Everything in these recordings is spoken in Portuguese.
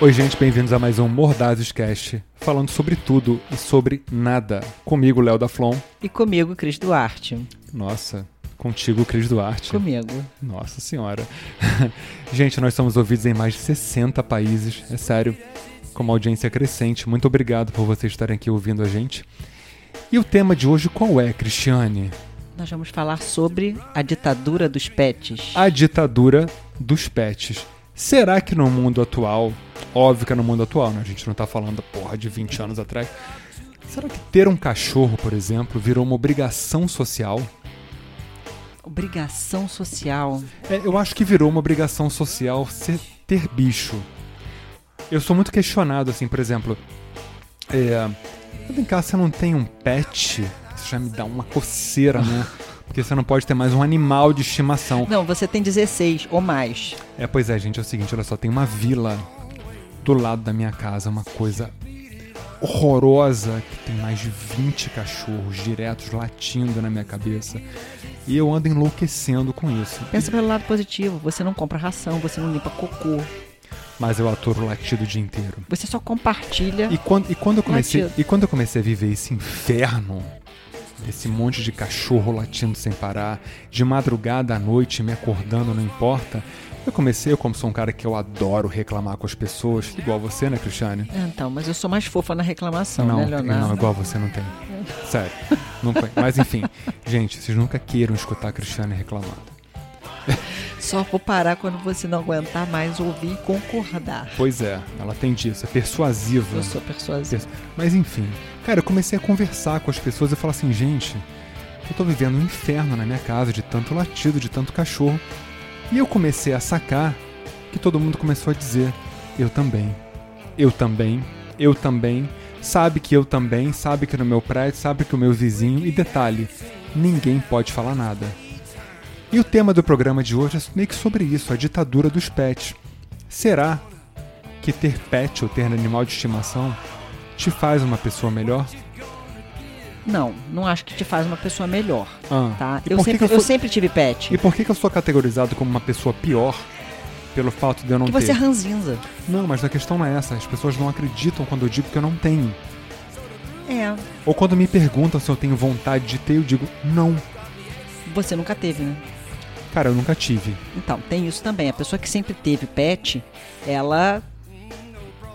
Oi, gente, bem-vindos a mais um Mordazes Cast, falando sobre tudo e sobre nada. Comigo, Léo da Flon. E comigo, Cris Duarte. Nossa, contigo, Cris Duarte. Comigo. Nossa senhora. gente, nós somos ouvidos em mais de 60 países, é sério. Com uma audiência crescente, muito obrigado por vocês estarem aqui ouvindo a gente. E o tema de hoje qual é, Cristiane? Nós vamos falar sobre a ditadura dos pets. A ditadura dos pets. Será que no mundo atual, óbvio que é no mundo atual, né? A gente não tá falando, porra, de 20 anos atrás. Será que ter um cachorro, por exemplo, virou uma obrigação social? Obrigação social. É, eu acho que virou uma obrigação social ser, ter bicho. Eu sou muito questionado, assim, por exemplo. É, vem cá, você não tem um pet? Isso já me dá uma coceira, né? Porque você não pode ter mais um animal de estimação. Não, você tem 16 ou mais. É, pois é, gente, é o seguinte, olha só, tem uma vila do lado da minha casa, uma coisa horrorosa, que tem mais de 20 cachorros diretos latindo na minha cabeça. E eu ando enlouquecendo com isso. Pensa pelo lado positivo. Você não compra ração, você não limpa cocô. Mas eu atoro latido o dia inteiro. Você só compartilha. E quando, e quando eu comecei, Latido. e quando eu comecei a viver esse inferno, esse monte de cachorro latindo sem parar, de madrugada à noite me acordando, não importa. Eu comecei, eu como sou um cara que eu adoro reclamar com as pessoas, igual você, né, Cristiane? Então, mas eu sou mais fofa na reclamação, né, tem- Leonardo? Não, igual você não tem. Sério. Não tem. Mas enfim, gente, vocês nunca queiram escutar a Cristiane reclamando. Só vou parar quando você não aguentar mais ouvir e concordar. Pois é, ela tem disso, é persuasiva. Eu sou persuasiva. Persu- Mas enfim, cara, eu comecei a conversar com as pessoas e falar assim, gente, eu tô vivendo um inferno na minha casa de tanto latido, de tanto cachorro. E eu comecei a sacar que todo mundo começou a dizer, eu também, eu também, eu também, sabe que eu também, sabe que no meu prédio, sabe que o meu vizinho, e detalhe, ninguém pode falar nada. E o tema do programa de hoje é meio que sobre isso, a ditadura dos pets. Será que ter pet ou ter animal de estimação te faz uma pessoa melhor? Não, não acho que te faz uma pessoa melhor. Ah, Tá? e Eu por que sempre, que eu eu sou- sempre tive pet. E por que, que eu sou categorizado como uma pessoa pior pelo fato de eu não Que ter? você é ranzinza. Não, mas a questão não é essa. As pessoas não acreditam quando eu digo que eu não tenho. É, Ou quando me perguntam se eu tenho vontade de ter, eu digo não. você nunca teve, né? Cara, eu nunca tive. Então, tem isso também. A pessoa que sempre teve pet, ela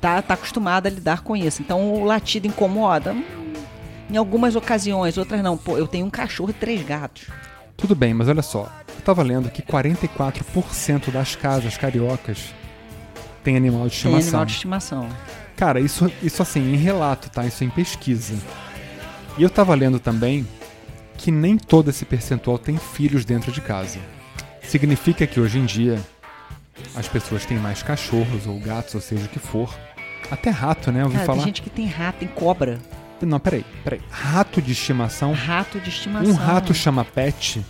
tá, tá acostumada a lidar com isso. Então, o latido incomoda. Hum, Em algumas ocasiões, outras não. Pô, eu tenho um cachorro e três gatos. Tudo bem, mas olha só. Eu tava lendo que 44% das casas cariocas tem animal de Tem estimação. animal de estimação. Cara, isso, isso assim, em relato, tá? Isso em pesquisa. E eu tava lendo também que nem todo esse percentual tem filhos dentro de casa. Significa que hoje em dia as pessoas têm mais cachorros ou gatos, ou seja o que for. Até rato, né? Eu ouvi Cara, falar. É, tem gente que tem rato, tem cobra. Não, peraí, peraí. Rato de estimação. Rato de estimação. Um rato chama pet.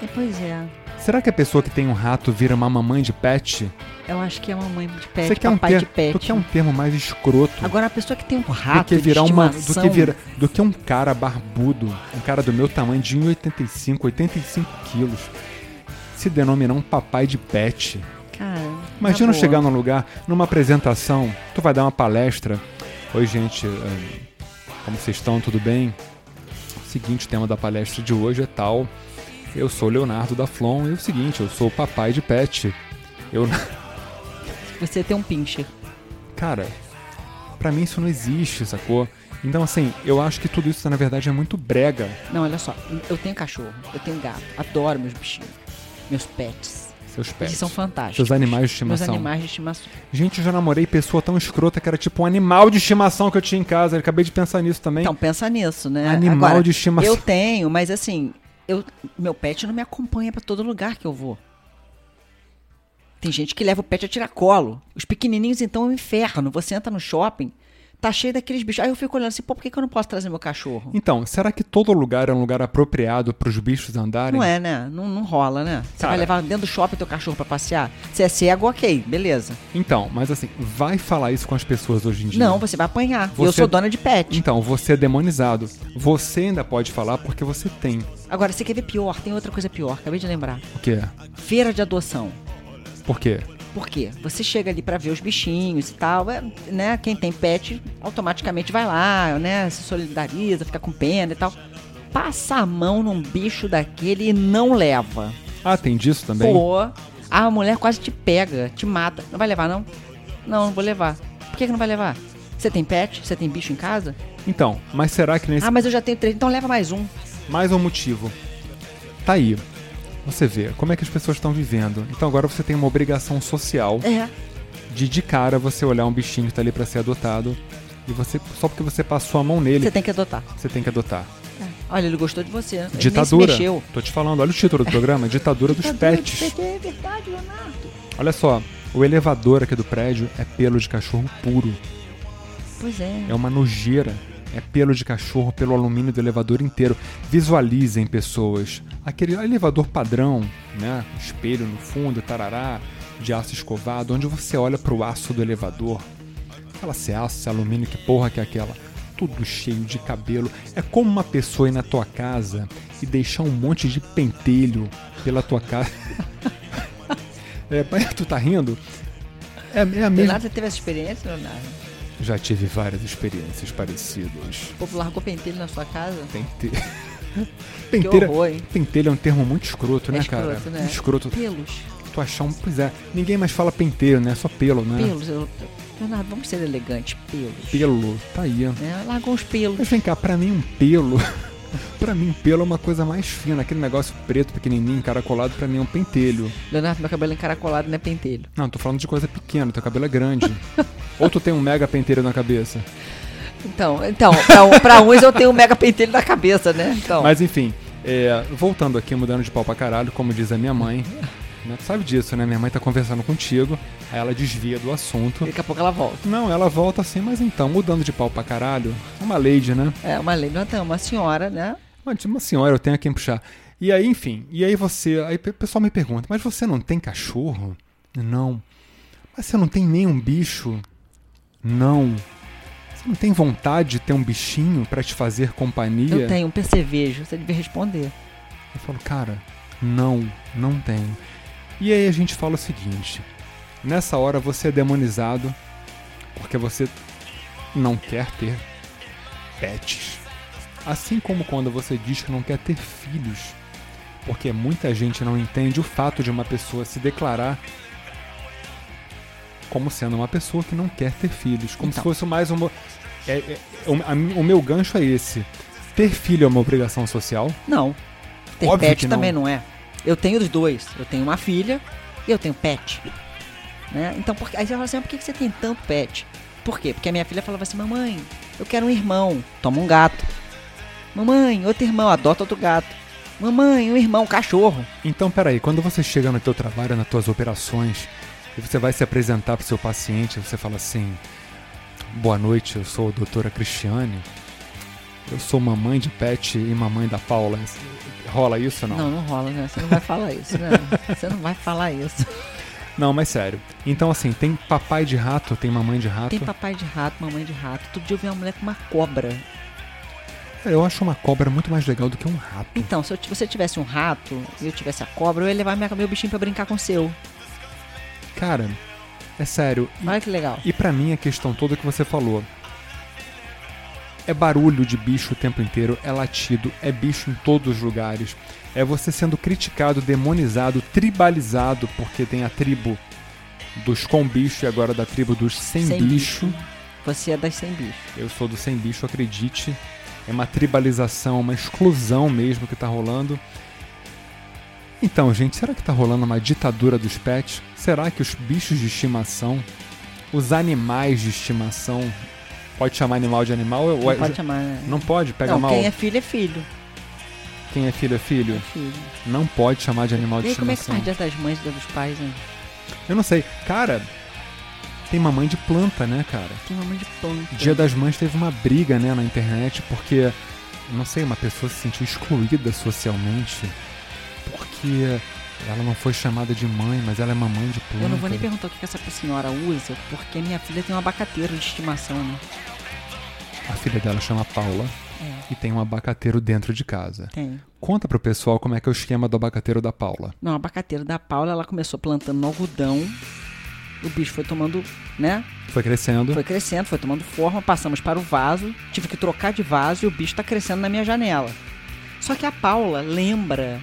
É, Pois é. Será que a pessoa que tem um rato vira uma mamãe de pet? Eu acho que é mamãe de pet, Você quer um, papai ter... de pet. Tu quer um termo mais escroto? Agora, a pessoa que tem um do rato que virar de uma do estimação... que vira, do que um cara barbudo, um cara do meu tamanho de 1,85, 85 quilos, se denominar um papai de pet. Cara, Imagina na eu boa. chegar num lugar, numa apresentação, tu vai dar uma palestra. Oi, gente, eh, como vocês estão? Tudo bem? Seguinte, o tema da palestra de hoje é tal. Eu sou o Leonardo da Flon e é o seguinte, eu sou o papai de pet. Eu Você tem um pincher. cara, pra mim isso não existe, sacou? Então, assim, eu acho que tudo isso, na verdade, é muito brega. Não, olha só. Eu tenho cachorro, eu tenho gato. Adoro meus bichinhos. Meus pets. Seus pets. Eles são fantásticos. Seus animais de Meus estimação. animais de estimação. Gente, eu já namorei pessoa tão escrota que era tipo um animal de estimação que eu tinha em casa. Eu acabei de pensar nisso também. Então, pensa nisso, né? Animal Agora, de estimação. Eu tenho, mas assim, eu, meu pet não me acompanha pra todo lugar que eu vou. Tem gente que leva o pet a tirar colo. Os pequenininhos, então, é um inferno. Você entra no shopping, tá cheio daqueles bichos. Aí eu fico olhando assim, pô, por que, que eu não posso trazer meu cachorro? Então, será que todo lugar é um lugar apropriado pros bichos andarem? Não é, né? Não, não rola, né? Você Cara. vai levar dentro do shopping teu cachorro pra passear? Você é cego, ok, beleza. Então, mas assim, vai falar isso com as pessoas hoje em dia. Não, você vai apanhar. E Eu Você- sou dona de pet. Então, você é demonizado. Você ainda pode falar porque você tem. Agora, você quer ver pior? Tem outra coisa pior, acabei de lembrar. O quê? Feira de adoção. Por quê? Por quê? Você chega ali pra ver os bichinhos e tal, é, né? Quem tem pet automaticamente vai lá, né? Se solidariza, fica com pena e tal. Passa a mão num bicho daquele e não leva. Ah, tem disso também? Pô, a mulher quase te pega, te mata. Não vai levar, não? Não, não vou levar. Por que, que não vai levar? Você tem pet? Você tem bicho em casa? Então, mas será que nesse Ah, mas eu já tenho três, então leva mais um. Mais um motivo. Tá aí. Você vê como é que as pessoas estão vivendo. Então agora você tem uma obrigação social É. de de cara você olhar um bichinho que tá ali pra ser adotado e você só porque você passou a mão nele, Você tem que adotar. você tem que adotar. Olha, ele gostou de você. né? Ele Ditadura. Nem se mexeu. Tô te falando, olha o título do programa, Ditadura dos Pets. É verdade, Leonardo. Olha só, o elevador aqui do prédio é pelo de cachorro puro. Pois é. É uma nojeira. É pelo de cachorro, pelo alumínio do elevador inteiro. Visualizem pessoas. Aquele elevador padrão, né? Espelho no fundo, tarará, de aço escovado, onde você olha pro aço do elevador. Fala se é aço, se é alumínio, que porra que é aquela? Tudo cheio de cabelo. É como uma pessoa ir na tua casa e deixar um monte de pentelho pela tua casa. é, tu tá rindo? É, é a mesma. Leonardo, você teve essa experiência, Leonardo? Já tive várias experiências parecidas. O povo largou pentelho na sua casa? Pente... Penteira... horror, hein? Pentelho é um termo muito escroto, É né, escroto, cara? né? Muito Escroto. Pelos. Tu achar um. Pois é, ninguém mais fala penteiro, né? Só pelo, né? Pelos. eu- Leonardo, vamos ser elegantes. Pelos. Pelo. Tá aí. Né? Largou os pelos. Mas vem cá, pra mim um pelo. pra mim, pelo é uma coisa mais fina. Aquele negócio preto, pequenininho, encaracolado, pra mim é um pentelho. Leonardo, meu cabelo encaracolado não é pentelho. Não, tô falando de coisa pequena, teu cabelo é grande. Ou tu tem um mega penteiro na cabeça. Então, então pra, um- pra uns eu tenho um mega pentelho na cabeça, né? Então, Mas enfim, é, voltando aqui, mudando de pau pra caralho, como diz a minha mãe. né? Tu sabe disso, né? Minha mãe tá conversando contigo, aí ela desvia do assunto. daqui a pouco ela volta. Não, ela volta assim, mas então, mudando de pau pra caralho, uma lady, né? É uma lei, não é uma senhora, né? Uma, uma senhora, eu tenho a quem puxar. E aí, enfim, e aí você. Aí o pessoal me pergunta, mas você não tem cachorro? Não. Mas você não tem nenhum bicho? Não. Você não tem vontade de ter um bichinho pra te fazer companhia? Eu tenho um percevejo, você devia responder. Eu falo, cara, não, não tenho. E aí a gente fala o seguinte: nessa hora você é demonizado porque você não quer ter pets. Assim como quando você diz que não quer ter filhos. Porque muita gente não entende o fato de uma pessoa se declarar como sendo uma pessoa que não quer ter filhos. Como Então. se fosse mais uma. é- é- o- a- o meu gancho é esse. Ter filho é uma obrigação social. Não. Ter Óbvio pet que não. também não. é. Eu tenho os dois. Eu tenho uma filha e eu tenho pet. Né? Então, por, aí você fala assim, mas por que que você tem tanto pet? Por quê? Porque a minha filha falava assim, mamãe, eu quero um irmão. Toma um gato. Mamãe, outro irmão, adota outro gato. Mamãe, um irmão, um cachorro. Então, peraí, quando você chega no teu trabalho, nas tuas operações, e você vai se apresentar pro seu paciente, você fala assim: Boa noite, eu sou a doutora Cristiane, eu sou mamãe de Pet e mamãe da Paula. Rola isso ou não? Não, não rola, né? Você não vai falar isso, né? Você não vai falar isso. Não, mas sério. Então, assim, tem papai de rato, tem mamãe de rato. Tem papai de rato, mamãe de rato. Todo dia eu vi uma mulher com uma cobra. Eu acho uma cobra muito mais legal do que um rato. Então, se eu t- você tivesse um rato e eu tivesse a cobra, eu ia levar minha- meu bichinho pra brincar com o seu. Cara, é sério. E- Olha que legal. E pra mim a questão toda que você falou. É barulho de bicho o tempo inteiro, é latido, é bicho em todos os lugares. É você sendo criticado, demonizado, tribalizado, porque tem a tribo dos com bicho e agora da tribo dos sem, Sem bicho. Você é das 100 bichos. Eu sou do sem bicho, acredite. É uma tribalização, uma exclusão mesmo que tá rolando. Então, gente, será que tá rolando uma ditadura dos pets? Será que os bichos de estimação, os animais de estimação, pode chamar animal de animal? Ou- Não pode chamar, né? Não pode, pega Não, mal. quem é filho é filho. Quem é filho é É filho. filho. Não pode chamar de animal E de aí, como é que estimação. faz dia das mães e dia dos pais, hein? Eu não sei. Cara, tem mamãe de planta, né, cara? Tem mamãe de planta. Dia das Mães teve uma briga né, na internet porque, não sei, uma pessoa se sentiu excluída socialmente porque ela não foi chamada de mãe, mas ela é mamãe de planta. Eu não vou nem perguntar o que que essa senhora usa, porque minha filha tem um abacateiro de estimação, né? A filha dela chama Paula É, e tem um abacateiro dentro de casa. tem. Conta pro pessoal como é que é o esquema do abacateiro da Paula. Não, o abacateiro da Paula, ela começou plantando no algodão o bicho foi tomando, né? Foi crescendo. Foi crescendo, foi tomando forma, passamos para o vaso, tive que trocar de vaso e o bicho está crescendo na minha janela. Só que a Paula lembra,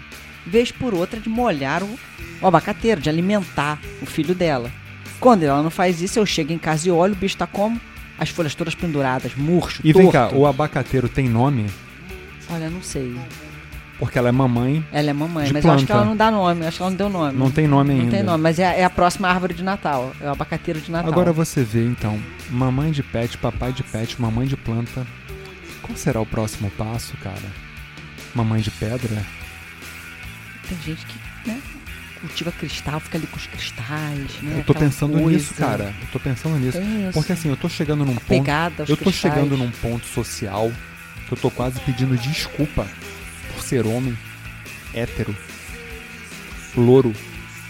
vez por outra, de molhar o, o abacateiro, de alimentar o filho dela. Quando ela não faz isso, eu chego em casa e olho, o bicho está como? As folhas todas penduradas, murcho, E vem cá, torto. o abacateiro tem nome? Olha, não sei. Porque ela é mamãe, Ela é mamãe, De mas eu acho que planta. ela não dá nome, eu acho que ela não deu nome. não tem nome ainda. Não tem nome, mas é, é a próxima árvore de Natal. É o abacateiro de Natal. Agora você vê então, mamãe de pet, papai de pet, mamãe de planta. Qual será o próximo passo, cara? Mamãe de pedra? Tem gente que, né, cultiva cristal, fica ali com os cristais, né? eu tô aquela pensando coisa. nisso, cara. Eu tô pensando nisso. Tem isso. Porque assim, eu tô chegando num ponto. Pegada aos Eu tô cristais. chegando num ponto social que eu tô quase pedindo desculpa por ser homem, hétero, louro,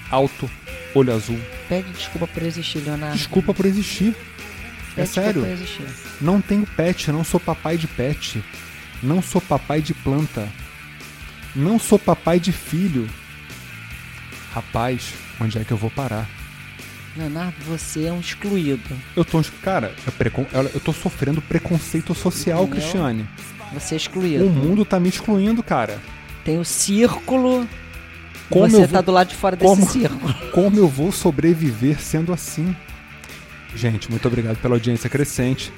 alto, olho azul. Pede desculpa por existir, Leonardo. Desculpa por existir. Pede É Ah. desculpa sério. por existir. Não tenho pet, não sou papai de pet. Não sou papai de planta. Não sou papai de filho. Rapaz, onde é que eu vou parar? Leonardo, você é um excluído. Eu tô. Cara, é precon- eu, eu tô sofrendo preconceito social, Entendeu? Cristiane. Você O é excluído. mundo tá me excluindo, cara. Tem o círculo. Como você eu tá vou- do lado de fora desse como- círculo. Como eu vou sobreviver sendo assim? Gente, muito obrigado pela audiência crescente.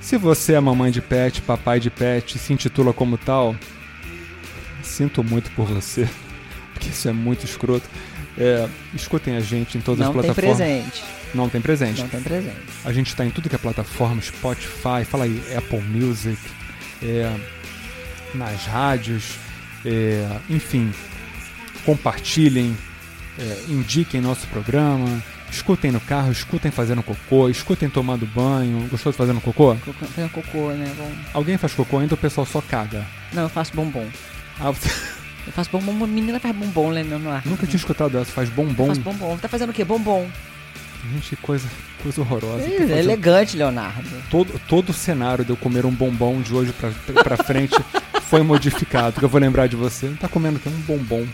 Se você é mamãe de pet, papai de pet, se intitula como tal, sinto muito por você, porque isso é muito escroto. É, escutem a gente em todas as Não tem plataformas. presente. Não tem presente. Não tem presente. A gente tá em tudo que é plataforma, Spotify, fala aí, Apple Music, é, nas rádios, é, enfim, compartilhem, é, indiquem nosso programa, escutem no carro, escutem fazendo cocô, escutem tomando banho. Gostou de fazendo cocô? Cocô- Tem o cocô, né? Bom, Alguém faz cocô ainda ou o pessoal só caga? Não, eu faço bombom. Ah, você Eu faço bombom. Menina faz bombom, né, Leonardo? nunca tinha escutado essa, faz bombom. Faz bombom. Tá fazendo o quê? Bombom. Gente, que coisa, coisa horrorosa. Tô É fazendo- elegante, Leonardo. todo, todo o cenário de eu comer um bombom de hoje pra, pra frente foi modificado. Que eu vou lembrar de você. Não tá comendo o quê? um bombom.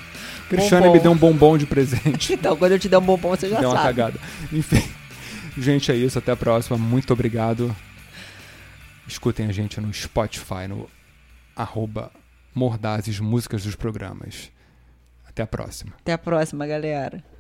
Cristiane Bombom. me deu um bombom de presente. Então, quando eu te der um bombom, você já deu uma sabe. cagada. Enfim. Gente, é isso. Até a próxima. Muito obrigado. Escutem a gente no Spotify, no arroba Mordazes Músicas dos Programas. Até a próxima. Até a próxima, galera.